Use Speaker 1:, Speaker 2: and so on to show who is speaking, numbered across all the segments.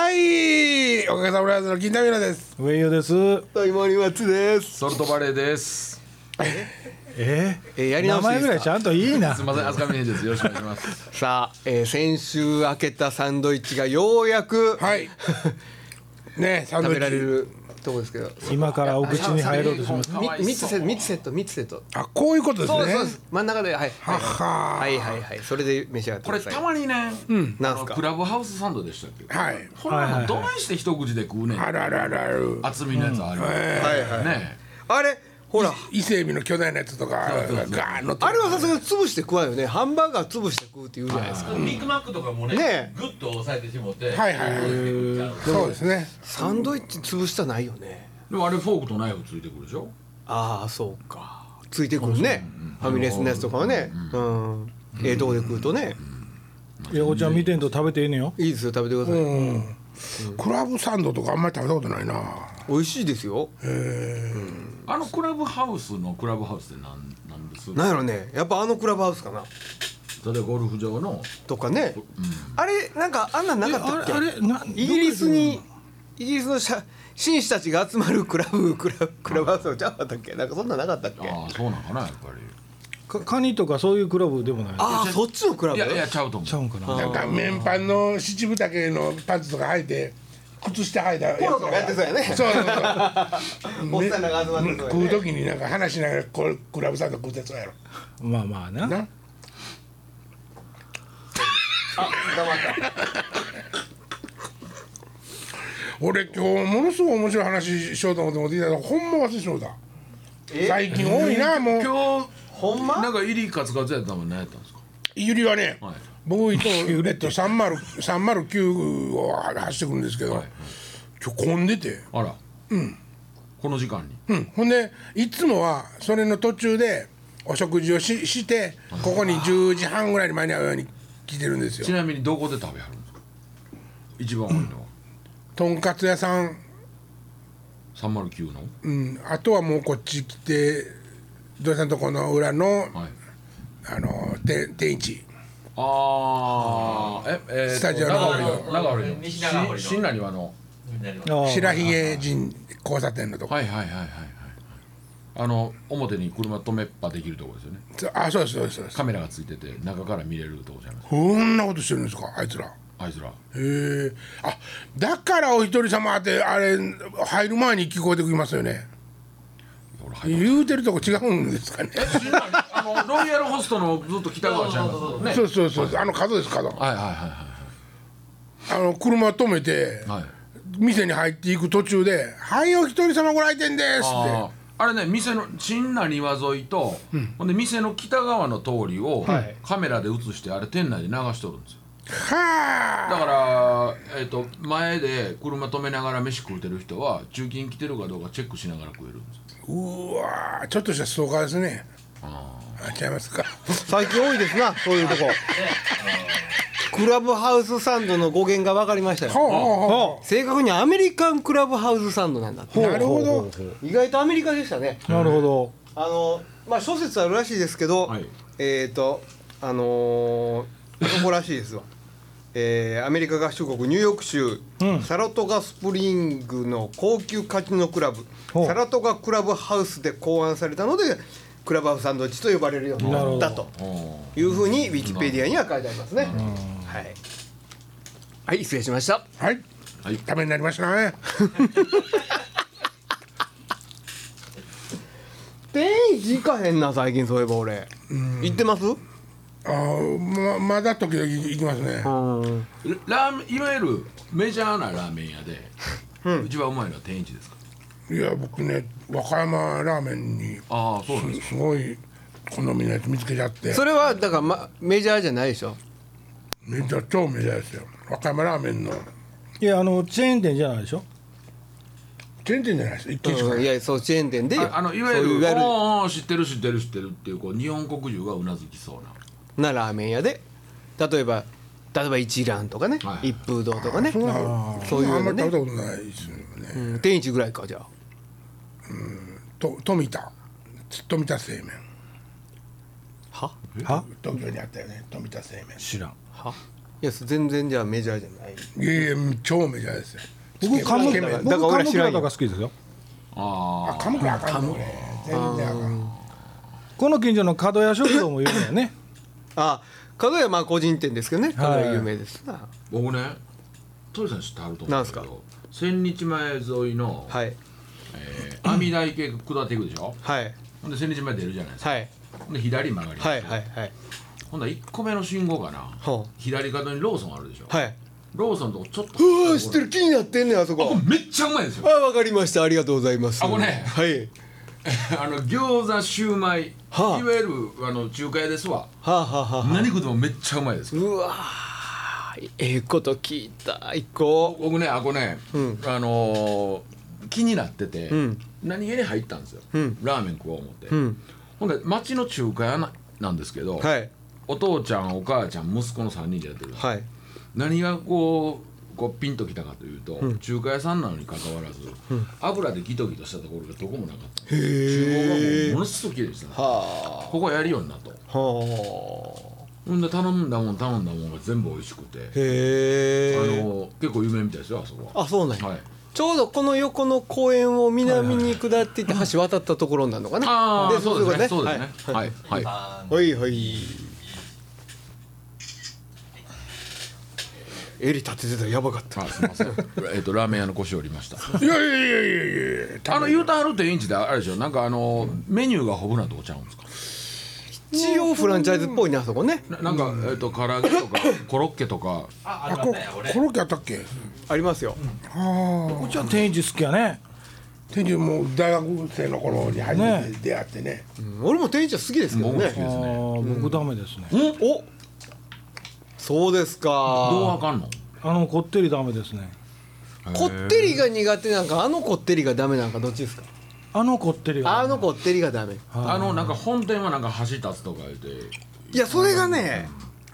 Speaker 1: はいおかげさまでの金田美奈です
Speaker 2: 上湯です
Speaker 3: 大森松です。
Speaker 4: ソルトバレーです。
Speaker 2: え
Speaker 3: えーやり
Speaker 2: 名
Speaker 3: 直し
Speaker 2: 前
Speaker 3: で
Speaker 2: ぐ
Speaker 3: す
Speaker 2: ら
Speaker 3: か
Speaker 2: いちゃんといいな
Speaker 4: すみません、浅見です。よろしくお願いします。
Speaker 3: さあ、えー先週開けたサンドイッチがようやく、
Speaker 1: はいねサンド
Speaker 3: 食
Speaker 1: イ
Speaker 3: べられ
Speaker 1: ッチ
Speaker 3: るとこですけど。
Speaker 2: 今からお口に入ろうとします
Speaker 4: かわいそう
Speaker 3: み三つセット、三つセット、三つセット。
Speaker 1: あこういうことですね
Speaker 3: そうですそうです。真ん中で、はい。
Speaker 1: はは
Speaker 3: はいはいはい。それで召し上がって
Speaker 4: こ
Speaker 3: くだ
Speaker 4: れ
Speaker 3: さい。
Speaker 4: たまにね、
Speaker 3: な
Speaker 4: あ
Speaker 3: んす
Speaker 4: の
Speaker 3: か
Speaker 4: クラブハウスサンドでしたっけ。
Speaker 1: はい
Speaker 4: こんなのどないして一口で食うねん。
Speaker 1: あるあるあるある
Speaker 4: 厚みのやつある。
Speaker 3: はいはい。
Speaker 4: ね
Speaker 3: あれ、ほら。
Speaker 1: 伊勢海老の巨大なやつとかガ
Speaker 4: そうそうそう
Speaker 1: ーンのって
Speaker 3: あれはさすがに潰して食わんよね。ハンバーガー潰して食うって言うじゃないですか。
Speaker 5: ビッグマックとかもね
Speaker 3: ねえ
Speaker 5: グッと抑えてしもって、
Speaker 1: はいはいはいそうですね
Speaker 3: サンドイッチ潰したないよね。
Speaker 4: え。でもあれフォークとナイフついてくるでしょ。
Speaker 3: ああ、そうか。ついてくるね。ファミレスのやつとかはね。うん。ええとこで食うとね。
Speaker 2: いやおちゃん見てんと食べていいのよ
Speaker 3: いいですよ。食べてください。
Speaker 1: クラブサンドとかあんまり食べたことないな
Speaker 3: 美味しいですよ。
Speaker 4: あのクラブハウスのクラブハウスってなんなんです。
Speaker 3: なんやろねやっぱあのクラブハウスかな
Speaker 4: それゴルフ場の
Speaker 3: とかね、あれなんかあんなんなかったっけ
Speaker 2: えあれあれな
Speaker 3: イギリスにイギリスのしゃ紳士たちが集まるクラブ クラクラブハウスのちゃうかったっけなんかそんなんなかったっけ
Speaker 4: ああそうなんかなやっぱ
Speaker 2: かカニとかそういうクラブでもない
Speaker 3: ああそっちのクラ
Speaker 4: り。い
Speaker 3: ブ
Speaker 4: やいやちゃうと思
Speaker 2: ちゃ
Speaker 4: う。
Speaker 2: うんかな
Speaker 1: なんか綿パンの七分丈のパンツとか履いて靴下履いたやつ
Speaker 3: コロコロやってそうやね
Speaker 1: そうそうそう
Speaker 3: おっさんらが集まってそうや
Speaker 1: 食
Speaker 3: ね
Speaker 1: う時になんか話しながらこれクラブサンド食うてそうやろ
Speaker 2: まあまあな
Speaker 1: な
Speaker 3: 黙った
Speaker 1: 俺今日ものすごい面白い話しようと思って持ってきたけどほんま忘れそうだ
Speaker 3: え
Speaker 1: 最近多いなもう
Speaker 4: 今日
Speaker 3: ほんま
Speaker 4: なんかイリカツカツやったもんねやったんですか。
Speaker 1: ゆりはね、
Speaker 4: はい
Speaker 1: 僕いつもレッド30 309を走ってくるんですけど、今日混んでて、
Speaker 4: あら。この時間に。
Speaker 1: うん、ほんでいつもはそれの途中でお食事をししてここに10時半ぐらいに間に合うように来てるんです
Speaker 4: ち
Speaker 1: よ
Speaker 4: なみにどこで食べはるんですか。一番多いのは
Speaker 1: とんかつ屋さん、
Speaker 4: 三0 9の。
Speaker 1: うん、あとはもうこっち来て土井さんとこの裏の
Speaker 4: はい。
Speaker 1: あのて天一
Speaker 4: ああ、え、えーと
Speaker 1: スタジオ
Speaker 4: 長
Speaker 1: 長
Speaker 5: 堀の
Speaker 4: 堀長堀の
Speaker 5: 西長堀の
Speaker 4: し新成はの。
Speaker 5: になります
Speaker 2: あー
Speaker 1: 白ひげ神交差点のとこ、
Speaker 4: はいはいはいはいはい。あの表に車止めっぱできるところですよね。
Speaker 1: そあそうですそうですそうです
Speaker 4: カメラがついてて中から見れるところじゃないですか。
Speaker 1: こんなことしてるんですかあいつらへ
Speaker 4: あいつら。
Speaker 1: えあだからお一人様ってあれ入る前に聞こえてきますよね
Speaker 4: 俺入っ
Speaker 1: 言うてるとこ違うんですかね
Speaker 4: 新成あのロイヤルホストのずっと北側ちゃいますもんね。
Speaker 1: そうそうそうそうあの角です角
Speaker 4: はいはいは
Speaker 1: あの車止めて
Speaker 4: いはい。はい。
Speaker 1: 店に入っていく途中で「はいお一人様ご来店です」
Speaker 4: あ
Speaker 1: っ
Speaker 4: あ。あれね店の新な庭沿いと、ほんで店の北側の通りを、
Speaker 2: はい
Speaker 4: カメラで映してあれ店内で流しとるんですよ。
Speaker 1: ては
Speaker 4: だから、えっと前で車止めながら飯食うてる人は中金来てるかどうかチェックしながら食えるんですよ
Speaker 1: あうわーちょっとしたストーカーですねあちゃいますか
Speaker 3: 最近多いですなそういうとこクラブハウスサンドの語源が分かりました
Speaker 1: ほ
Speaker 3: よ
Speaker 1: うほうほ
Speaker 3: 正確にアメリカンクラブハウスサンドなんだって
Speaker 1: うなるほど
Speaker 3: 意外とアメリカでしたね
Speaker 2: なるほど
Speaker 3: あのまあ諸説あるらしいですけど、
Speaker 4: はい
Speaker 3: えっ、とあのー、ここらしいですわ。 えーアメリカ合衆国ニューヨーク州、サラトガスプリングの高級カジノクラブ
Speaker 2: ほう
Speaker 3: サラトガクラブハウスで考案されたのでクラブハウスサンドイッチと呼ばれるようになったというふうにウィキペディアには書いてありますね。はい、はい、失礼しました。
Speaker 1: はい、
Speaker 4: はい
Speaker 1: ためになりましたね
Speaker 3: 天一行かへんな最近そういえば俺行ってます
Speaker 1: あーままだ時々行きますね
Speaker 3: うん
Speaker 4: ラーメンいわゆるメジャーなラーメン屋で、一番うまいのは天一ですか
Speaker 1: いや僕ね和歌山ラーメンに
Speaker 4: ああそうなんです
Speaker 1: すごい好みのやつ見つけちゃって
Speaker 3: それはだから、ま、メジャーじゃないでしょ
Speaker 1: めっちゃ超メジャーですよ和歌山ラーメンの
Speaker 2: いやあのチェーン店じゃないでしょ
Speaker 1: 全然じゃないです一軒しかない
Speaker 3: いやそうチェーン店で
Speaker 4: ああのいわゆ
Speaker 3: そう
Speaker 4: る
Speaker 3: いわゆる
Speaker 4: おーおー知ってる知ってる知ってるっていうこう日本国中がうなずきそうな
Speaker 3: なラーメン屋で例えば例えば一蘭とかね、
Speaker 4: はい
Speaker 3: 一風堂とかね
Speaker 1: あ
Speaker 3: そういう
Speaker 1: あん
Speaker 3: の
Speaker 1: まり
Speaker 3: ね
Speaker 1: 食べたことないですよね、
Speaker 3: うん天一ぐらいかじゃあ
Speaker 1: と富田富田製麺
Speaker 3: は
Speaker 2: は
Speaker 1: 東京にあったよね富田製麺
Speaker 2: 知らん
Speaker 3: はいや全然じゃあメジャーじゃない
Speaker 1: いやいや超メジャーですよ
Speaker 2: 僕カム
Speaker 1: つけ麺
Speaker 3: だから
Speaker 2: 僕カ
Speaker 3: 俺
Speaker 2: ム
Speaker 3: 知
Speaker 2: ク
Speaker 3: ら
Speaker 2: ラ
Speaker 3: んよ
Speaker 2: とか好きですよ
Speaker 1: あ
Speaker 4: あ
Speaker 1: カムクラあかんね俺全然あかん
Speaker 2: この近所の角屋食堂も有名やね
Speaker 3: あ角屋はまあ個人店ですけどね角屋有名ですな
Speaker 4: 僕ねトリさん知ってはると思
Speaker 3: な
Speaker 4: うんん
Speaker 3: す
Speaker 4: す
Speaker 3: か
Speaker 4: けど千日前沿いの、
Speaker 3: はい
Speaker 4: えー、阿弥陀池下っていくでしょ
Speaker 3: はい
Speaker 4: ほんで千日前出るじゃないですか
Speaker 3: はい
Speaker 4: ほんで左曲がります、
Speaker 3: はいはいはい
Speaker 4: ほんなら1個目の信号かな
Speaker 3: ほ
Speaker 4: 左角にローソンあるでしょ、
Speaker 3: うはい
Speaker 4: ローソンのとこちょっと
Speaker 3: うわ知ってる気になってんねんあそ
Speaker 4: こ
Speaker 3: こ
Speaker 4: れめっちゃうまいんです
Speaker 3: あ
Speaker 4: よ
Speaker 3: わかりましたありがとうございます
Speaker 4: あこれね
Speaker 3: はい
Speaker 4: あの餃子シューマイ、
Speaker 3: はあ
Speaker 4: いわゆるあの中華屋ですわ
Speaker 3: はあはあはあ
Speaker 4: 何食ってもめっちゃうまいです
Speaker 3: うわーええこと聞いた一個
Speaker 4: 僕ねあこね、
Speaker 3: ん
Speaker 4: あのー気になってて、
Speaker 3: ん
Speaker 4: 何気に入ったんですよ、
Speaker 3: ん
Speaker 4: ラーメン食おう思って、
Speaker 3: ん
Speaker 4: ほんで町の中華屋ななんですけど、
Speaker 3: はい
Speaker 4: お父ちゃんお母ちゃん息子の3人でやってる、
Speaker 3: はい
Speaker 4: 何がこうこうピンときたかというと、中華屋さんなのにかかわらず、油でギトギトしたところがどこもなかった中央がもうものすごく綺麗でしたね
Speaker 3: は
Speaker 4: ここはやるようになと
Speaker 3: あは
Speaker 4: ほんで頼んだもん頼んだもんが全部美味しくて、
Speaker 3: あへえ
Speaker 4: あの結構有名みたいですよあそこは
Speaker 3: あそうなんや、
Speaker 4: はい
Speaker 3: ちょうどこの横の公園を南に下っていって橋渡ったところになるのかな、
Speaker 4: ああそうですねそうですね
Speaker 3: はい
Speaker 4: はいはい、
Speaker 5: あー
Speaker 3: はいはい襟立ててたらやばかった
Speaker 4: あすいませんえっとラーメン屋の腰折りました
Speaker 1: いやいやいやいやいや
Speaker 4: あの言うたはるっていいんちであれでしょなんかあのメニューがほぶなとこちゃうんですか
Speaker 3: 一応フランチャイズっぽいねあそこね
Speaker 4: ななんか、えっと唐揚げとかコロッケとか
Speaker 5: ああ
Speaker 1: あ
Speaker 5: りま
Speaker 1: こ
Speaker 5: したね俺
Speaker 1: コロッケあったっけ
Speaker 3: ありますよ、
Speaker 2: こっちは天一好きやね
Speaker 1: 天神もう大学生の頃に初めて出会ってね
Speaker 3: うん俺も店員長好きですけど
Speaker 4: 僕も好き
Speaker 3: ね
Speaker 4: です
Speaker 2: あ
Speaker 4: ね
Speaker 2: ー僕ダメですね
Speaker 3: おそうです
Speaker 4: どう
Speaker 3: か
Speaker 4: あかんの
Speaker 2: あのこってりダメですね
Speaker 3: こってりが苦手なんかあのこってりがダメなんかどっちですか
Speaker 2: あのこってり
Speaker 3: あ
Speaker 2: は
Speaker 3: のこってりがダメ
Speaker 4: あのなんか本店はなんか橋立つとか言って
Speaker 3: いやそれがね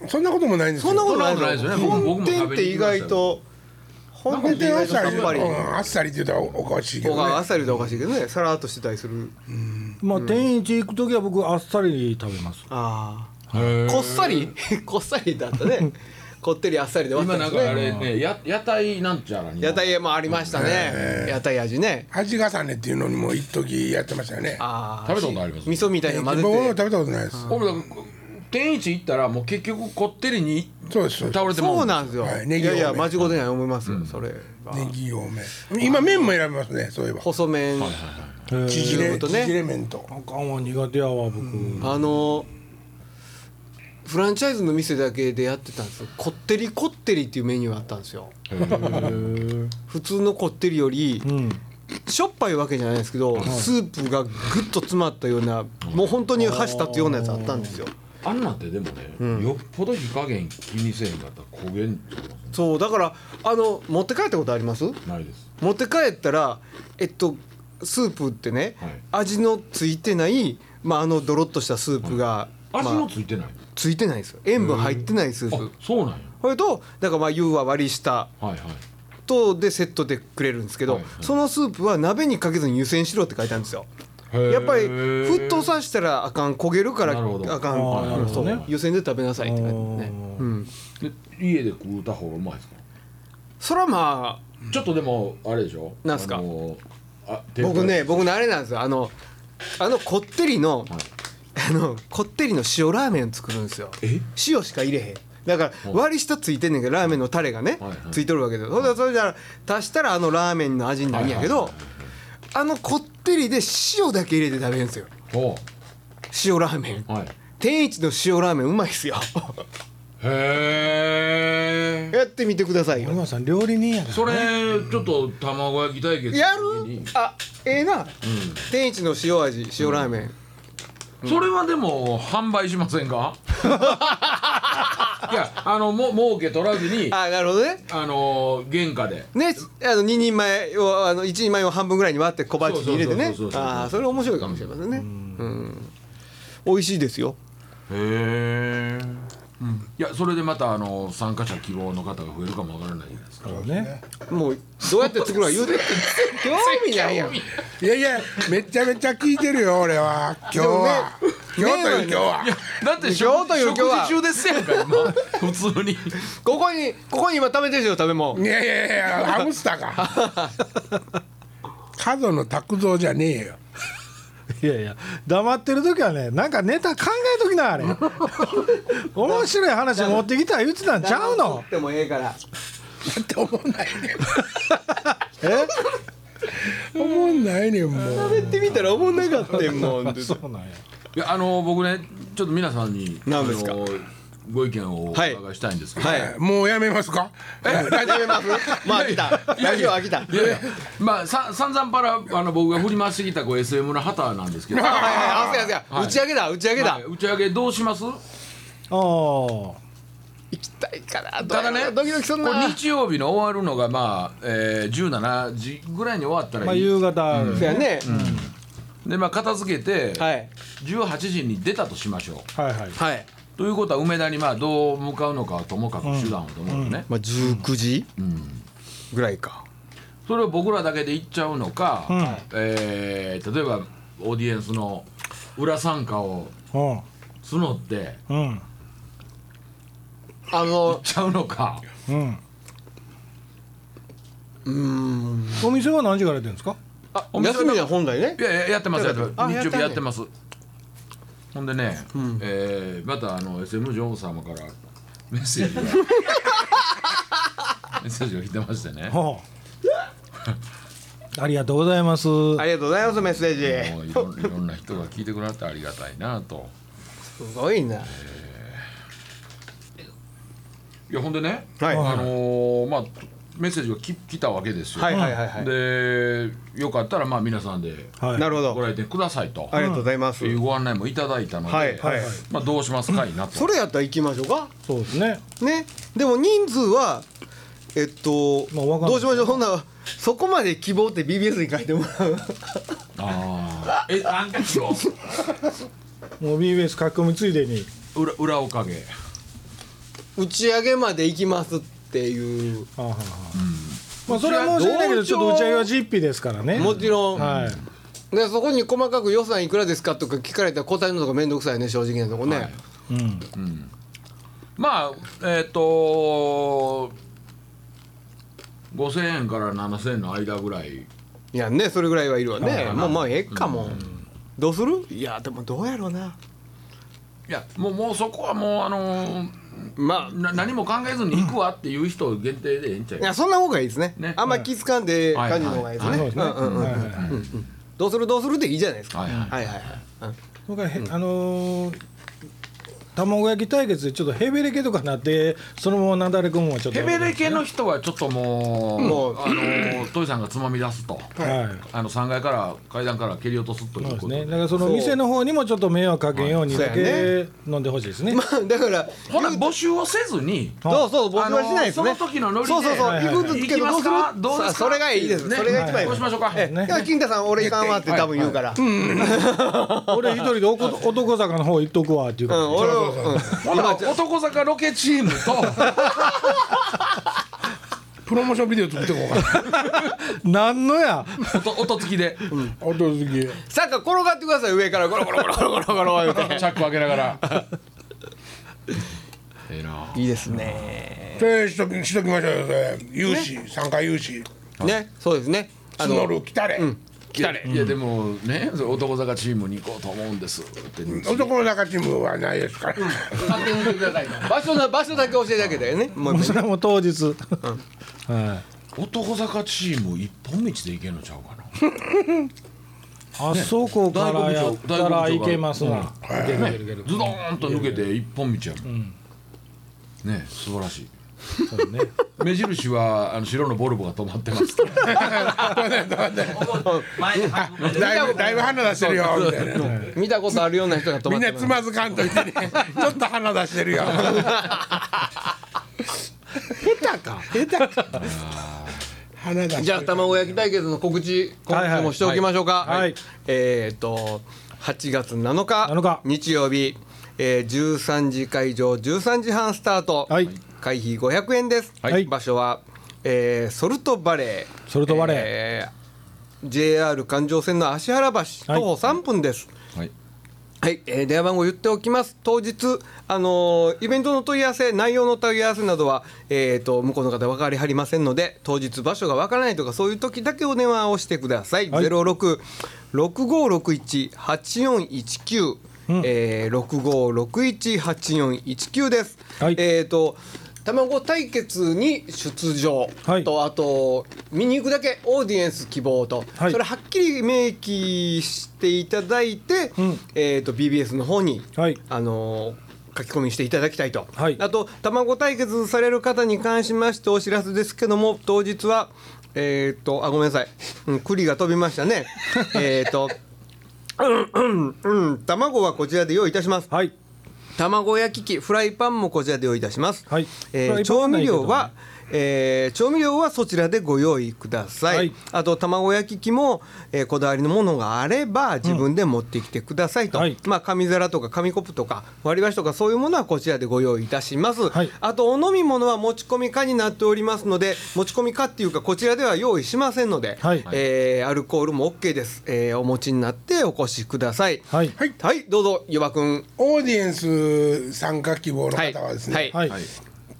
Speaker 1: そんなこともないんですよ
Speaker 3: そんなことない
Speaker 4: そんなことないですよね僕
Speaker 3: 本
Speaker 4: も
Speaker 3: 店って意外と本店って意
Speaker 1: あっ
Speaker 3: 外と
Speaker 1: さ
Speaker 3: さ
Speaker 1: り
Speaker 3: っぱり
Speaker 1: うんあっさりって言うたらおかしいけ
Speaker 3: こ
Speaker 1: ど
Speaker 3: こはあ
Speaker 1: ね
Speaker 3: っさりでおかしいけどねさらっとしてたりする
Speaker 2: まあ天一行く時は僕あっさり食べます
Speaker 3: あ
Speaker 4: へ
Speaker 3: あ
Speaker 4: ー
Speaker 3: こっさり こっさりだった ねこってりあっさりで終わ
Speaker 4: 今
Speaker 3: った
Speaker 4: なん
Speaker 3: ん
Speaker 4: か
Speaker 3: ですね
Speaker 4: あれねや屋台なんちゃらに
Speaker 3: 屋台もありましたね屋台味ね
Speaker 1: 味重ねっていうのにも一時やってましたよね
Speaker 3: ああ
Speaker 4: 食べたことあります
Speaker 3: 味噌みたいなの
Speaker 1: 僕も
Speaker 3: 混
Speaker 1: 食
Speaker 3: ぜて
Speaker 1: べたことないです
Speaker 4: 俺だから天一行ったらもう結局こってりに
Speaker 1: そうですそうです
Speaker 4: 倒れても
Speaker 3: そうなんですよ
Speaker 1: はい
Speaker 3: い
Speaker 1: ネギ多
Speaker 3: や
Speaker 1: め
Speaker 3: いや間違いない思いますよそれは
Speaker 1: ネギ多め今麺も選べますねそういえば
Speaker 3: 細麺
Speaker 1: 縮
Speaker 3: そうい
Speaker 1: れ
Speaker 3: うことね
Speaker 1: 縮れ麺と
Speaker 2: あかんわ苦手やわ僕
Speaker 3: あのフランチャイズの店だけでやってたんですよこってりこってりっていうメニューがあったんですよ普通のこってりより、
Speaker 2: うん
Speaker 3: しょっぱいわけじゃないですけど、スープがぐっと詰まったようなもう本当に箸立つようなやつあったんですよ
Speaker 4: あんなんてでもね、よっぽど火加減気にせえへんかったら焦げんとか
Speaker 3: そうだからあの持って帰ったことあります
Speaker 4: ないです
Speaker 3: 持って帰ったらえっとスープってね、
Speaker 4: はい
Speaker 3: 味のついてない、まあ、あのドロッとしたスープが、
Speaker 4: 味
Speaker 3: ま
Speaker 4: も
Speaker 3: あ
Speaker 4: ついてない、
Speaker 3: ついてないんですよ塩分入ってないスー
Speaker 4: あ
Speaker 3: プ
Speaker 4: そうなんや
Speaker 3: それとだからまあ湯は割り下
Speaker 4: はいはい
Speaker 3: とでセットでくれるんですけど、
Speaker 4: はいはい
Speaker 3: そのスープは鍋にかけずに湯煎しろって書いてあるんですよやっぱり沸騰させたらあかん焦げるから
Speaker 4: なるほど
Speaker 3: あかん
Speaker 2: あーなるほどね
Speaker 3: そう湯煎で食べなさいって書いてあるね
Speaker 2: う
Speaker 3: うん
Speaker 4: で家で食うた方がうまいですか、
Speaker 3: それはま
Speaker 4: ちょっとでもあれでしょ
Speaker 3: なんすか
Speaker 4: あのあ
Speaker 3: あ僕ね僕ねあれなんですよあのあのこってりの、あのこってりの塩ラーメン作るんですよ
Speaker 4: え
Speaker 3: 塩しか入れへんだから割り下ついてんねんけどラーメンのタレがね、
Speaker 4: はいはい
Speaker 3: ついとるわけですそれでそれじゃあ足したらあのラーメンの味になるんやけど、
Speaker 4: はいはい
Speaker 3: あのこってりで塩だけ入れて食べるんですよ
Speaker 4: ほ
Speaker 3: 塩ラーメン、
Speaker 4: うはい
Speaker 3: 天一の塩ラーメンうまいっすよ
Speaker 4: へえ
Speaker 3: やってみてくださいよ
Speaker 2: 今さん料理人やから
Speaker 4: それちょっと卵焼き対決
Speaker 3: や
Speaker 4: の時
Speaker 3: る
Speaker 4: に
Speaker 3: あええな、天一の塩味塩ラーメン、
Speaker 4: それはでも販売しませ んかいやあのも儲け取らずにあ
Speaker 3: あなるほどね
Speaker 4: の原価で
Speaker 3: ねあの2人前をあの1人前を半分ぐらいに割って小鉢に入れてね
Speaker 4: そうそうそうそうそう
Speaker 3: ああそれ面白いかもしれませんねうん美味しいですよ
Speaker 4: へえ、うん、いやそれでまたあの参加者希望の方が増えるかもわからないじゃないですか
Speaker 2: ね
Speaker 3: もうどうやって作るか言うて 興味ないやん
Speaker 1: いやいやめちゃめちゃ聞いてるよ俺は今日は
Speaker 3: でも
Speaker 1: 今
Speaker 3: 麺
Speaker 1: 日という今日は
Speaker 4: だって
Speaker 3: 今日という今日
Speaker 4: 食
Speaker 3: は
Speaker 4: 事中ですやんか今普通に
Speaker 3: ここにここに今食べてるでしょ食べ物
Speaker 1: いやいやいやハムスターか 角の卓造じゃねえよ
Speaker 2: いやいや黙ってる時はねなんかネタ考えとき なあれ面白い話持ってきたら言ってたんちゃうの
Speaker 3: でもええから
Speaker 1: だって思んないねんえ思んないねんもう
Speaker 3: 食べてみたら思んなかったよもう
Speaker 2: そうなんや
Speaker 4: いやあの僕ねちょっと皆さんに
Speaker 3: 何ですか
Speaker 4: あのご意見をお伺いしたいんですけど、
Speaker 3: はい
Speaker 1: もうやめますか
Speaker 3: やめますまあ飽きたラジオ飽きた
Speaker 4: いやいやまあさ散々パラあの僕が振り回してきたこう SM の旗なんですけど、
Speaker 3: はいはいはいあそうやそうや打ち上げだ打ち上げだ
Speaker 4: はい打ち上げどうします
Speaker 2: あ
Speaker 4: こ
Speaker 2: ー
Speaker 3: 行きたいから
Speaker 4: ただね
Speaker 3: ドキドキすん
Speaker 4: れ
Speaker 3: な
Speaker 4: 日曜日の終わるのがまあ、えー、17時ぐらいに終わった
Speaker 2: ま
Speaker 4: ら
Speaker 2: あ
Speaker 4: いい、
Speaker 2: 夕方、
Speaker 3: そうやね
Speaker 4: でまあ片付けて、
Speaker 3: はい
Speaker 4: 18時に出たとしましょ
Speaker 2: はいはい
Speaker 3: はい
Speaker 4: うんということは梅田にまあどう向かうのかはともかく手段をと思うのね、
Speaker 3: まあ19時ぐらいか
Speaker 4: それを僕らだけで行っちゃうのか、
Speaker 2: ん
Speaker 4: えー例えばオーディエンスの裏参加を募って
Speaker 2: うんうん
Speaker 3: あの
Speaker 4: ちゃうのか
Speaker 2: うんお店は何時からやってるんですか
Speaker 3: あ
Speaker 4: お店
Speaker 3: 休みじゃん本来ね
Speaker 4: いやいややってますやってます
Speaker 3: あ
Speaker 4: 日曜日や
Speaker 3: やっ
Speaker 4: っ
Speaker 3: ててんね
Speaker 4: ますほんでね、えーまたあの SM ジョーン様からメッ セージがメッセージが来てましてね
Speaker 2: はあありがとうございます
Speaker 3: ありがとうございますメッセー
Speaker 4: もう
Speaker 3: ジ
Speaker 4: いろんいろんな人が聞いてくれてありがたいなと
Speaker 3: すごいない
Speaker 4: やほんでね、
Speaker 3: はい
Speaker 4: あのーまあメッセージがき来たわけですよ、
Speaker 3: はいはいはいは
Speaker 4: でよかったらまあ皆さんで
Speaker 2: はい
Speaker 3: いなるほ
Speaker 4: ご
Speaker 3: ど
Speaker 4: 来店くださいと
Speaker 3: ありがとうございます
Speaker 4: いうご案内もいただいたので、
Speaker 3: はいはい
Speaker 4: まあ、どうしますかいなと
Speaker 3: それやったら行きましょうか
Speaker 2: そうですね
Speaker 3: ねでも人数はえっと
Speaker 2: まあわかんない
Speaker 3: どうしましょうそんなそこまで希望って BBS に書いてもらう
Speaker 4: あーえあんかしろ
Speaker 2: もう BBS 書き込みついでに
Speaker 4: 裏裏おかげ
Speaker 3: 打ち上げまで行きますっていう
Speaker 2: はあはあはあまあそれは申し訳ないけどちょっと打ち上げは実費ですからね
Speaker 3: もちろん、
Speaker 2: はい
Speaker 3: でそこに細かく予算いくらですかとか聞かれたら答えるのとか面倒くさいね正直なとこね、
Speaker 4: はい
Speaker 2: うん
Speaker 4: まあえっ、と5,000円から7,000円の間ぐらい
Speaker 3: い、やねそれぐらいはいるわね、
Speaker 4: はい
Speaker 3: まあまあええかも、どうするいやでもどうやろうない
Speaker 4: やもうもうそこはもうあのー
Speaker 3: まあ
Speaker 4: な何も考えずに行くわっていう人限定でええんちゃう
Speaker 3: いやそんな方がいいですね
Speaker 4: ね
Speaker 3: あんま気使んで
Speaker 4: はい
Speaker 3: 感じの方がいいですね、
Speaker 2: そうですね
Speaker 3: うんうんうん
Speaker 2: はいはいはい
Speaker 3: どうするどうするでいいじゃないですか、
Speaker 4: はいはい
Speaker 3: はいはいはい
Speaker 2: それからへあのー卵焼き対決でちょっとヘベレケとかなってそのままなだれ込むのはちょっと
Speaker 4: ヘベレ系の人はちょっともう、
Speaker 3: もう
Speaker 4: あのートイさんがつまみ出すと
Speaker 2: はい
Speaker 4: あの3階から階段から蹴り落とすと
Speaker 2: そう
Speaker 4: いう
Speaker 2: です
Speaker 4: ことで
Speaker 2: ねだからその店の方にもちょっと迷惑かけんようにだ
Speaker 3: そうや
Speaker 2: け飲んでほしいですね
Speaker 3: まあ だから
Speaker 4: ほな募集をせずに
Speaker 3: そうそう僕はしないですね、
Speaker 4: あのその時のノリで
Speaker 3: そうそうそう、
Speaker 2: はいはい
Speaker 3: 行くんですけど
Speaker 4: 行き
Speaker 3: どう
Speaker 4: ます
Speaker 3: する
Speaker 4: かどうですか
Speaker 3: さそれがいいです、
Speaker 4: ね
Speaker 3: それが一番いいで
Speaker 4: そう
Speaker 3: す、
Speaker 4: しましょうか、
Speaker 3: ええ
Speaker 2: ね
Speaker 3: いや金太さん俺行かんわって多分言うから、うん、
Speaker 2: 俺一人でおこ男坂の方行っとくわっていうから、
Speaker 3: 俺を
Speaker 4: ほな男坂ロケチームと
Speaker 1: プロモーションビデオ作ってこう か
Speaker 2: なんのや
Speaker 4: 音音付きで
Speaker 1: 音好き
Speaker 3: サッカー転がってください上からゴロゴロゴロゴロゴロゴロ言うて
Speaker 4: チャック開けな がらええない
Speaker 3: いですね
Speaker 1: それしときしときましょうよそれ有志参加有志
Speaker 3: ねそうですねあ
Speaker 1: 募
Speaker 3: の
Speaker 1: る来たれ
Speaker 4: いやいやでもねそれ男坂チームに行こうと思うんですって
Speaker 1: 男の中チームはないですから
Speaker 4: 勝手にしてください
Speaker 3: 場所な場所だけ教えてあげてねもう一
Speaker 2: そ
Speaker 3: 遍
Speaker 2: れも当日、はい
Speaker 4: 男坂チーム一本道で行けんのちゃうかな
Speaker 2: あそこからやったらいけます
Speaker 4: うん
Speaker 2: な、
Speaker 4: ねズドーンと抜けて一本道やもん、ね素晴らしい
Speaker 2: そうね
Speaker 4: 目印はあの白のボルボが止まって ますと
Speaker 5: 前に運ぶ
Speaker 1: だいぶだいぶ鼻出してるよみたいな
Speaker 3: 見たことあるような人が止ま
Speaker 1: み
Speaker 3: っ
Speaker 1: ん
Speaker 3: て
Speaker 1: な
Speaker 3: ま
Speaker 1: つま
Speaker 3: す
Speaker 1: ずかんといてねちょっと鼻出してるよ
Speaker 3: 下手か
Speaker 1: 鼻出してる
Speaker 3: じゃあ卵焼き対決の告知告知もしておきましょうか、
Speaker 2: はいはいはい
Speaker 3: えっ、と8月7日
Speaker 2: 7日
Speaker 3: 日曜日、えー、13時会場13時半スタート、
Speaker 2: はい
Speaker 3: 会費500円です、
Speaker 2: はい
Speaker 3: 場所は、えーソルトバレー
Speaker 2: ソルトバレー
Speaker 3: えー JR 環状線の芦原橋
Speaker 2: はい
Speaker 3: 徒歩3分です、
Speaker 4: はい
Speaker 3: はい、えー電話番号言っておきます。当日、あのーイベントの問い合わせ、内容の問い合わせなどは、えー、と向こうの方分かりはりませんので、当日場所が分からないとかそういう時だけお電話をしてください。
Speaker 2: はい
Speaker 3: ゼロ六六五六一八四一九え六五六一八四一九です。
Speaker 2: はい
Speaker 3: えっ、と。卵対決に出場と、
Speaker 2: はい
Speaker 3: あと見に行くだけオーディエンス希望と、
Speaker 2: はい
Speaker 3: それはっきり明記していただいて、
Speaker 2: うん
Speaker 3: えー、と BBS の方に、
Speaker 2: はい
Speaker 3: あのー書き込みしていただきたいと、
Speaker 2: はい
Speaker 3: あと卵対決される方に関しましてお知らせですけども当日はえっ、とあごめんなさい、うん、栗が飛びました ねえっとうんうんうん卵はこちらで用意いたします
Speaker 2: はい
Speaker 3: 卵焼き器フライパンもこちらで用意いたします、
Speaker 2: はい
Speaker 3: えー
Speaker 2: フライパン
Speaker 3: 調
Speaker 2: はない
Speaker 3: 味
Speaker 2: けど
Speaker 3: 料は、えー調味料はそちらでご用意ください、
Speaker 2: はい
Speaker 3: あと卵焼き器も、えーこだわりのものがあれば自分で持ってきてくださいと、
Speaker 2: はい
Speaker 3: まあ、紙皿とか紙コップとか割り箸とかそういうものはこちらでご用意いたします、
Speaker 2: はい
Speaker 3: あとお飲み物は持ち込み可になっておりますので持ち込み可っていうかこちらでは用意しませんので、
Speaker 2: はい
Speaker 3: えーアルコールも OK です、えーお持ちになってお越しください
Speaker 2: はい
Speaker 3: はい、どうぞ湯葉くん
Speaker 1: オーディエンス参加希望の方はですね、
Speaker 3: はい
Speaker 2: はい
Speaker 4: はい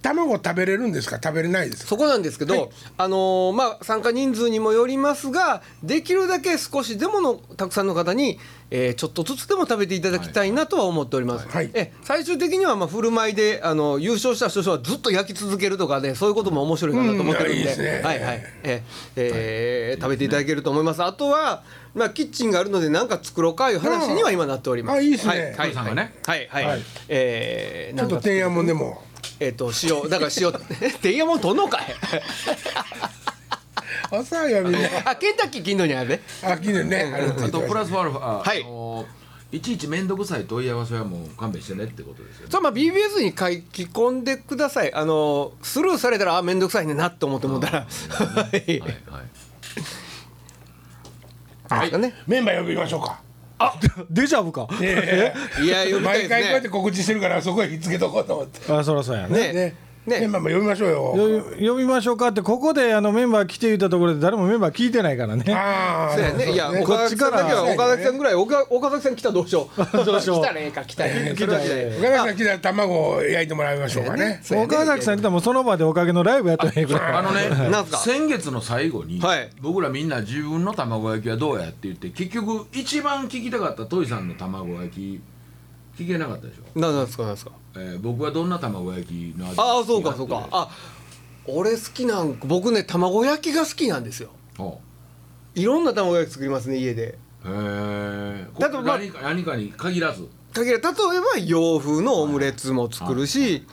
Speaker 1: 卵食べれるんですか食べれないですか
Speaker 3: そこなんですけど、あのーまあ、参加人数にもよりますができるだけ少しでものたくさんの方に、えーちょっとずつでも食べていただきたいなとは思っております、
Speaker 1: はい
Speaker 3: え最終的にはまあ振る舞いであの優勝した人はずっと焼き続けるとかで、そういうことも面白いかなと思ってるんで,、
Speaker 1: うんいやいいですね
Speaker 3: はいはいええー食べていただけると思いますあとは、まあ、キッチンがあるので何か作ろうかいう話には今なっております、
Speaker 1: あいいですね
Speaker 3: は
Speaker 4: お父さんがね
Speaker 3: はいはい、
Speaker 2: はい
Speaker 3: えー
Speaker 1: ちょっと天安門でも
Speaker 3: えっ、と塩だから塩 てんやもんとんのかい
Speaker 1: 朝やみんな
Speaker 3: あケンタッキー近所にあるね
Speaker 1: 秋でねあれつ
Speaker 4: あ
Speaker 1: いて
Speaker 4: とプ
Speaker 1: ま
Speaker 4: ラ
Speaker 1: す
Speaker 4: スアルファ、
Speaker 3: はい
Speaker 4: あのいちいち面倒くさい問い合わせはもう勘弁してねってことですよね
Speaker 3: それはまあ BBS に書き込んでくださいあのスルーされたらあ面倒くさいねなと思ってもったらはい
Speaker 4: はいはい
Speaker 3: はいね
Speaker 1: メンバー呼びましょうか
Speaker 2: デジャブか
Speaker 1: え
Speaker 3: いや
Speaker 1: え
Speaker 3: 呼びた
Speaker 1: 毎
Speaker 3: い
Speaker 1: 回こうやっ
Speaker 3: です
Speaker 1: て
Speaker 3: ね
Speaker 1: 告知してるからそこへ引っつけとこうと思って
Speaker 2: あそらそうや
Speaker 1: ね
Speaker 2: ね
Speaker 3: ねね
Speaker 1: メンバーも呼びましょうよ
Speaker 2: よ呼びましょうかってここであのメンバー来て言ったところで誰もメンバー聞いてないからね
Speaker 1: ああ
Speaker 3: そうやねいや
Speaker 2: こ
Speaker 3: 岡
Speaker 2: っち
Speaker 3: 崎
Speaker 2: か
Speaker 3: さんだ
Speaker 2: ら
Speaker 3: けは岡崎さんぐらい岡岡崎さん来たらどうしよう
Speaker 2: どうしよう
Speaker 3: 来たらええか来たらええか
Speaker 2: 来たらえ
Speaker 1: 岡崎さん来たら卵を焼いてもらいましょうかね
Speaker 3: そうやね
Speaker 2: 岡崎さん言ってたらもうその場でおかげのライブやったらええぐらい
Speaker 4: あのね
Speaker 3: なんすか
Speaker 4: 先月の最後に、
Speaker 3: はい
Speaker 4: 僕らみんな自分の卵焼きはどうやって言って結局一番聞きたかったトイさんの卵焼き聞けなかったでしょ、
Speaker 3: ななんですかなんですか
Speaker 4: えー僕はどんな卵焼きの味
Speaker 3: ああそうかそうか
Speaker 4: あ
Speaker 3: あ俺好きなん僕ね卵焼きが好きなんですよいろんな卵焼き作りますね家で
Speaker 4: へえ
Speaker 3: だとまあ
Speaker 4: 何か何かに限らず
Speaker 3: かける例えば洋風のオムレツも作るし、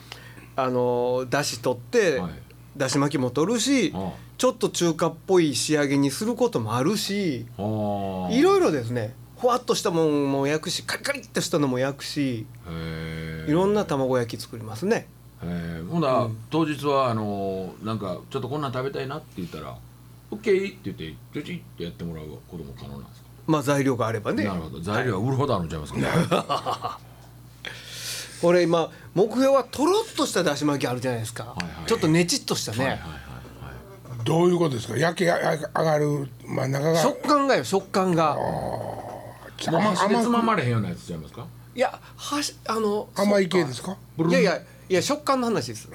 Speaker 3: あのだし取って、
Speaker 4: はい
Speaker 3: だし巻きも取るし、
Speaker 4: あ
Speaker 3: ちょっと中華っぽい仕上げにすることもあるし、
Speaker 4: あー
Speaker 3: いろいろですねふわっとしたもんも焼くしカリカリっとしたのも焼くし
Speaker 4: へえ
Speaker 3: いろんな卵焼き作りますね。
Speaker 4: えー、ほんなら、当日はあのーなんかちょっとこんなん食べたいなって言ったら「オッケーって言ってチュチュってやってもらうことも可能なんですか、
Speaker 3: まあ材料があればね
Speaker 4: なるほど材料は売るほどあるんちゃいますか、
Speaker 3: これ今目標はとろっとしただし巻きあるじゃないですか、
Speaker 4: いはい
Speaker 3: ちょっとねちっとしたね、
Speaker 1: どういうことですか焼き上がる真ん中が
Speaker 3: 食感がよ食感が
Speaker 4: もう
Speaker 1: 甘
Speaker 4: 箸でつま
Speaker 1: 甘
Speaker 4: まれへんようなやつちゃいますか
Speaker 3: いやはしあの
Speaker 1: 甘い系ですか
Speaker 3: いやいやいや食感の話です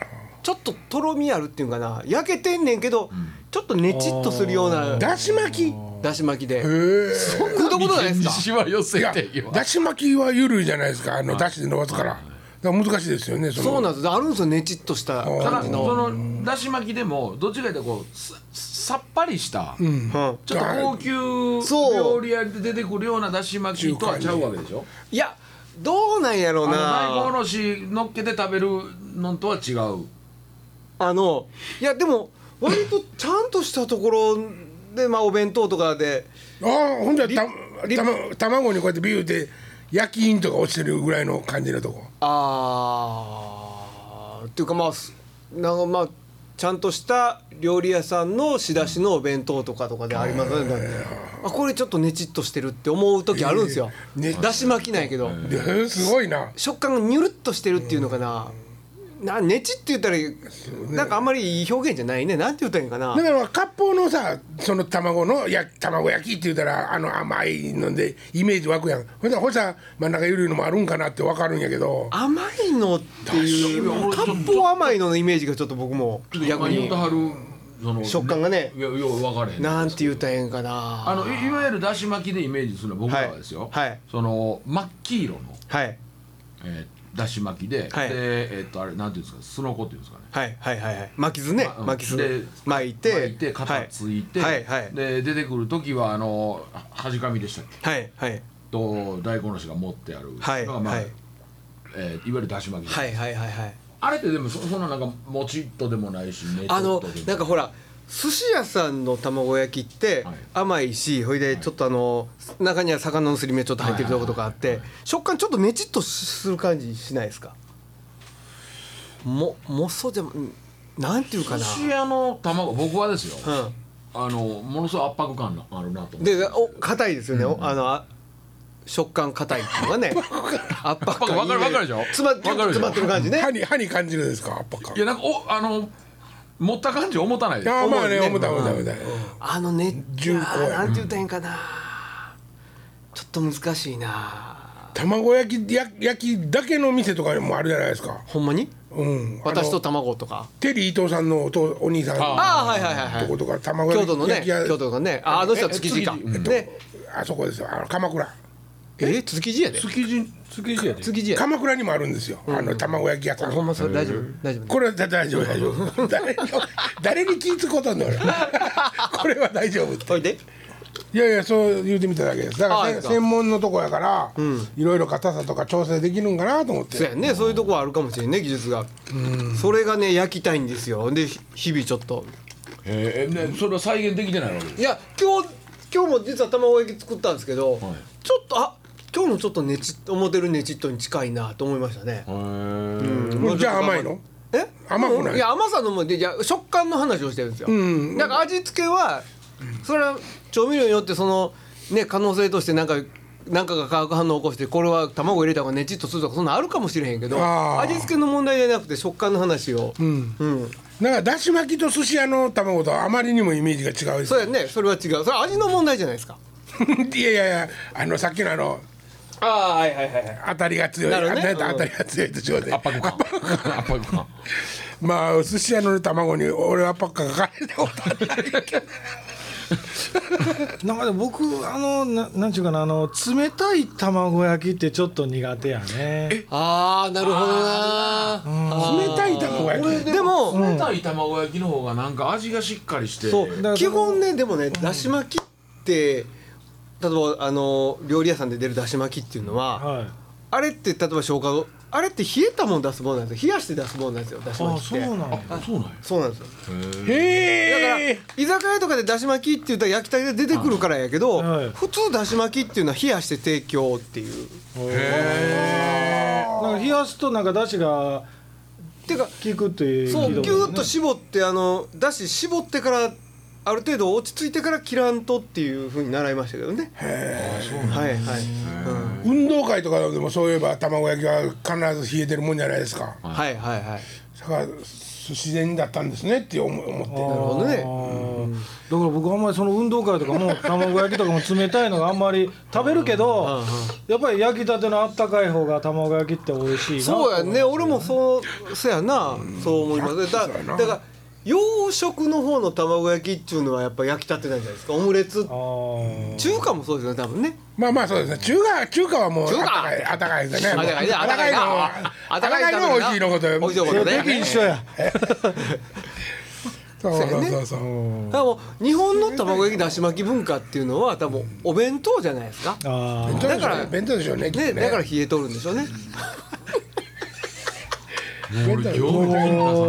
Speaker 3: ちょっととろみあるっていうかな焼けてんねんけど、ちょっとねちっとするような
Speaker 1: だし巻き
Speaker 3: だし巻きで
Speaker 1: へえ
Speaker 3: 食ったことないですか
Speaker 4: 西は寄
Speaker 1: い
Speaker 4: せ
Speaker 1: や
Speaker 4: てい
Speaker 1: だし巻きはゆるいじゃないですかあのだしで伸ばすからだから難しいですよねその
Speaker 3: そうなんですあるんですよねちっとした
Speaker 4: ただ
Speaker 3: 感じ
Speaker 4: そ
Speaker 3: の、
Speaker 4: のだし巻きでもどっちかというとこうささっぱりした、
Speaker 3: うん、
Speaker 4: ちょっと高級
Speaker 3: そう
Speaker 4: 料理屋で出てくるようなだし巻きとはちゃうわけでしょ
Speaker 3: いやどうなんやろう
Speaker 4: あの大根お
Speaker 3: な
Speaker 4: ろし乗っけて食べるのとは違う
Speaker 3: あのいやでも割とちゃんとしたところでまあお弁当とかで
Speaker 1: ああほんじゃたたま卵にこうやってビューって焼き印とか落ちてるぐらいの感じのとこ
Speaker 3: あーっていうかまあすなんかまあちゃんとした料理屋さんの仕出しのお弁当とかとかでありますね、なんかあこれちょっとねちっとしてるって思う時あるんですよ、
Speaker 1: えーね
Speaker 3: だし巻きないけど、
Speaker 1: ですごいな
Speaker 3: 食感がニュルっとしてるっていうのかな、なねちって言ったらなんかあんまりいい表現じゃないねなんて言ったらいいんかな
Speaker 1: だから割烹のさその卵のや卵焼きって言うたらあの甘いのでイメージ湧くやんほんならほさ真ん中ゆるいのもあるんかなって分かるんやけど
Speaker 3: 甘いのっていう割烹甘いののイメージがちょっと僕も
Speaker 4: ちょっと今
Speaker 3: 逆
Speaker 4: 言う
Speaker 3: に
Speaker 4: とはるその
Speaker 3: 食感がね
Speaker 4: いやよう分かれへん
Speaker 3: なんて言うた
Speaker 4: ら
Speaker 3: らええんかな
Speaker 4: あのいいわゆるだし巻きでイメージするのは僕らはですよ、
Speaker 3: はいはい
Speaker 4: その真っ黄色の、
Speaker 3: はい
Speaker 4: えー、だし巻きで、
Speaker 3: はい
Speaker 4: でえーっとあれなんていうんですかすのこっていうんですかね
Speaker 3: はいはいはいはい巻きずね
Speaker 4: まうん
Speaker 3: 巻き
Speaker 4: で
Speaker 3: ず巻いて
Speaker 4: 巻いて
Speaker 3: は
Speaker 4: 肩
Speaker 3: い
Speaker 4: ついて、
Speaker 3: はいはい
Speaker 4: で出てくる時はあのははじかみでしたっけ
Speaker 3: はいはい
Speaker 4: と大根おろしが持ってあるのが、
Speaker 3: はい
Speaker 4: まあ
Speaker 3: はい
Speaker 4: えーいわゆるだし巻き、
Speaker 3: はいはいはいはい
Speaker 4: あれってでもそそんななんかもちっとでもないしね
Speaker 3: あの
Speaker 4: ちょっとでも
Speaker 3: なんかほら寿司屋さんの卵焼きって
Speaker 4: はい
Speaker 3: 甘いしほいでちょっとあの中には魚のすり身がちょっと入ってるとことかあって食感ちょっとねちっとする感じしないですかももそじゃんなんていうか
Speaker 4: 寿
Speaker 3: な
Speaker 4: 司屋の卵僕はですよ、
Speaker 3: うん
Speaker 4: あのものすごい圧迫感があるなと思って
Speaker 3: でお硬いですよね、おあのあ食感硬いっていうのが ね圧迫感
Speaker 4: わかるわかるでしょ
Speaker 3: 詰まって
Speaker 4: わかるでしょ
Speaker 3: 詰まってる感じね
Speaker 1: 歯に歯に感じるんですか圧迫
Speaker 4: い
Speaker 1: 感
Speaker 4: やなんかおあの持った感じ重たないです
Speaker 1: ああまあね
Speaker 3: 重いね
Speaker 1: 重たい重たい重たい
Speaker 3: あのね
Speaker 1: 重厚や
Speaker 3: あーなんて言うたらいいんかな、ちょっと難しいな
Speaker 1: 卵焼きや焼きだけの店とかもあるじゃないですか
Speaker 3: ほんまに
Speaker 1: うん
Speaker 3: 私
Speaker 1: あ
Speaker 3: と
Speaker 1: の
Speaker 3: 卵とか
Speaker 1: テリー伊藤さんのお父お兄さんの
Speaker 3: ああはいはいはい
Speaker 1: とこ
Speaker 3: はい
Speaker 1: とか卵
Speaker 3: 京
Speaker 1: 焼き
Speaker 3: 都のね
Speaker 1: 焼き屋
Speaker 3: 京都のねああの人は築地か
Speaker 4: え築地
Speaker 3: ね
Speaker 1: あそこですよあの鎌倉
Speaker 3: え築地やで
Speaker 4: 築地築地やで
Speaker 3: 築地やで
Speaker 1: 鎌倉にもあるんですよあの卵焼き屋さん
Speaker 3: ほんまそれ大丈夫大丈夫
Speaker 1: これはだ大丈夫大丈夫誰に誰に気ぃつくことになるこれは大丈夫って
Speaker 3: ほいで
Speaker 1: いやいやそう言うてみただけですだか
Speaker 3: ああ
Speaker 1: ら
Speaker 3: い
Speaker 1: せ
Speaker 3: いか
Speaker 1: 専門のとこやからいろいろ硬さとか調整できるんかなと思っ
Speaker 3: そうや
Speaker 1: て
Speaker 3: ねそういうとこはあるかもしれんね技術がそれがね焼きたいんですよでひ日々ちょっと
Speaker 4: えーえねそれは再現できてないわけです
Speaker 3: いや今日今日も実は卵焼き作ったんですけど、ちょっとあ今日もちょっとねちっ思ってるねちっとに近いなと思いましたね、
Speaker 1: うんじゃあ甘いの
Speaker 3: え
Speaker 1: 甘くない
Speaker 3: うんいや甘さのもんでいや食感の話をしてるんですよ、だから味付けはそれは調味料によってそのね可能性としてなんかなんかが化学反応を起こしてこれは卵入れた方がねちっとするとかそんなんあるかもしれへんけど
Speaker 1: あー
Speaker 3: 味付けの問題じゃなくて食感の話を、うん
Speaker 1: だからだし巻きと寿司屋の卵とはあまりにもイメージが違うです
Speaker 3: そうやねそれは違うそれは味の問題じゃないですか
Speaker 1: いやいやいやあのさっきのあの
Speaker 3: ああはいはいはい
Speaker 1: 当たりが強い、
Speaker 3: なるほどね
Speaker 1: あなた当たりが強いと違うで
Speaker 4: 圧迫感圧迫感
Speaker 1: まあ寿司屋の卵に俺はパッカかかれたことはないけど
Speaker 2: なんかでも僕あのななんちゅうかなあの冷たい卵焼きってちょっと苦手やね
Speaker 3: ああなるほどな
Speaker 1: 冷たい卵焼き
Speaker 3: でも、
Speaker 4: 冷たい卵焼きの方がなんか味がしっかりして
Speaker 3: そ
Speaker 2: ら
Speaker 3: う基本ねでもねだし巻きって例えばあの料理屋さんで出るだし巻きっていうのは、
Speaker 2: はい
Speaker 3: あれって例えば消化をあれって冷えたもん出すもんなんですよ冷やして出すもんなんですよだし
Speaker 2: あ
Speaker 3: 巻き
Speaker 2: そう
Speaker 3: って
Speaker 2: なんや
Speaker 4: あそうなんや
Speaker 3: そうなんですよだから
Speaker 1: へえ
Speaker 3: 居酒屋とかでだし巻きって言ったら焼きたてで出てくるからやけど、
Speaker 2: はい
Speaker 3: 普通だし巻きっていうのは冷やして提供っていう
Speaker 2: なんか冷やすとなんか出汁が
Speaker 3: てか
Speaker 2: 効くっていう
Speaker 3: そうギ
Speaker 2: 聞いた
Speaker 3: ュ
Speaker 2: こ
Speaker 3: ッ
Speaker 2: と
Speaker 3: と
Speaker 2: ね
Speaker 3: 絞ってあのだし絞ってからある程度落ち着いてから切らんとっていうふうに習いましたけどねはいはい、うん
Speaker 1: 運動会とかでもそういえば卵焼きは必ず冷えてるもんじゃないですか
Speaker 3: はいはいはい
Speaker 1: だから自然だったんですねって思思って
Speaker 3: なるほどね
Speaker 2: あーだから僕あんまりその運動会とかも卵焼きとかも冷たいのがあんまり食べるけどやっぱり焼きたてのあったかい方が卵焼きって美味しいな
Speaker 3: そうやね俺もそうそうやなそう思いますだ
Speaker 1: そうやな
Speaker 3: だから洋食の方の卵焼きっていうのはやっぱ焼きたてなんじゃないですかオムレツ
Speaker 2: あー
Speaker 3: 中華もそうですよね多分ね
Speaker 1: まあまあそうですね中華中華はもう
Speaker 3: 中華
Speaker 1: あったかいあったかいですよね
Speaker 3: あったかいね
Speaker 1: あったかいの
Speaker 3: あ
Speaker 1: あ
Speaker 3: っ
Speaker 1: ったた
Speaker 3: かい
Speaker 1: かいの美味しいのこと
Speaker 3: 美味しいのこと
Speaker 2: そ
Speaker 3: ね
Speaker 2: れ北京一緒や
Speaker 1: そうそうそうそう
Speaker 3: だからもう日本の卵焼きだし巻き文化っていうのは多分お弁当じゃないですか
Speaker 2: あー
Speaker 1: 弁当でしょうね
Speaker 3: だから
Speaker 1: 弁当でしょうねきっと
Speaker 3: ねだから冷えとるんでしょうね
Speaker 4: もう俺今日の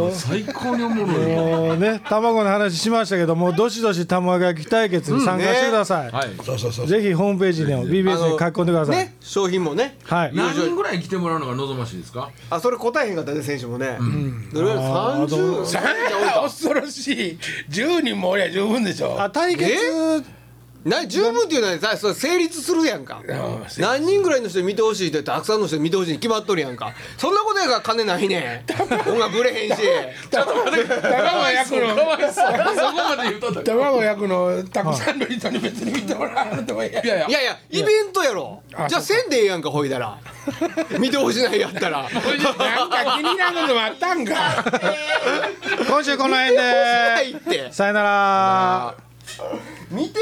Speaker 4: 皆さん最高におもろいよ
Speaker 2: もうね卵の話しましたけどもうどしどし卵焼き対決に参加してください、
Speaker 4: はい
Speaker 1: そうそうそう
Speaker 2: ぜひホームページでも BBS に書き込んでください、
Speaker 3: ね商品もね
Speaker 2: はい
Speaker 4: 何人ぐらい来てもらうのが望ましいですか
Speaker 3: あそれ答えへんかったね選手もねどれぐらい
Speaker 2: あーどう
Speaker 3: 30
Speaker 1: さあ恐ろしい10人もおりゃ十分でしょ
Speaker 2: あ対決
Speaker 3: ない十分っていうのはさそれ成立するやんか
Speaker 1: ああ
Speaker 3: 何人ぐらいの人に見てほしいってたくさんの人に見てほしいに決まっとるやんかそんなことやから金ないねん音楽売れへんし
Speaker 1: 卵焼く
Speaker 4: か
Speaker 1: の
Speaker 4: わいそうそこまで言うとった
Speaker 1: 卵焼くのたくさんの人に別に見てもらわんともいや
Speaker 4: いやいや
Speaker 3: いやいやイベントやろ
Speaker 1: あ
Speaker 3: じゃあせんでええやんかほいだら見てほしないやったら
Speaker 1: なんか気になるのもあったんか
Speaker 2: 今週この辺で
Speaker 3: 見てほしないって
Speaker 2: さよなら
Speaker 3: 見て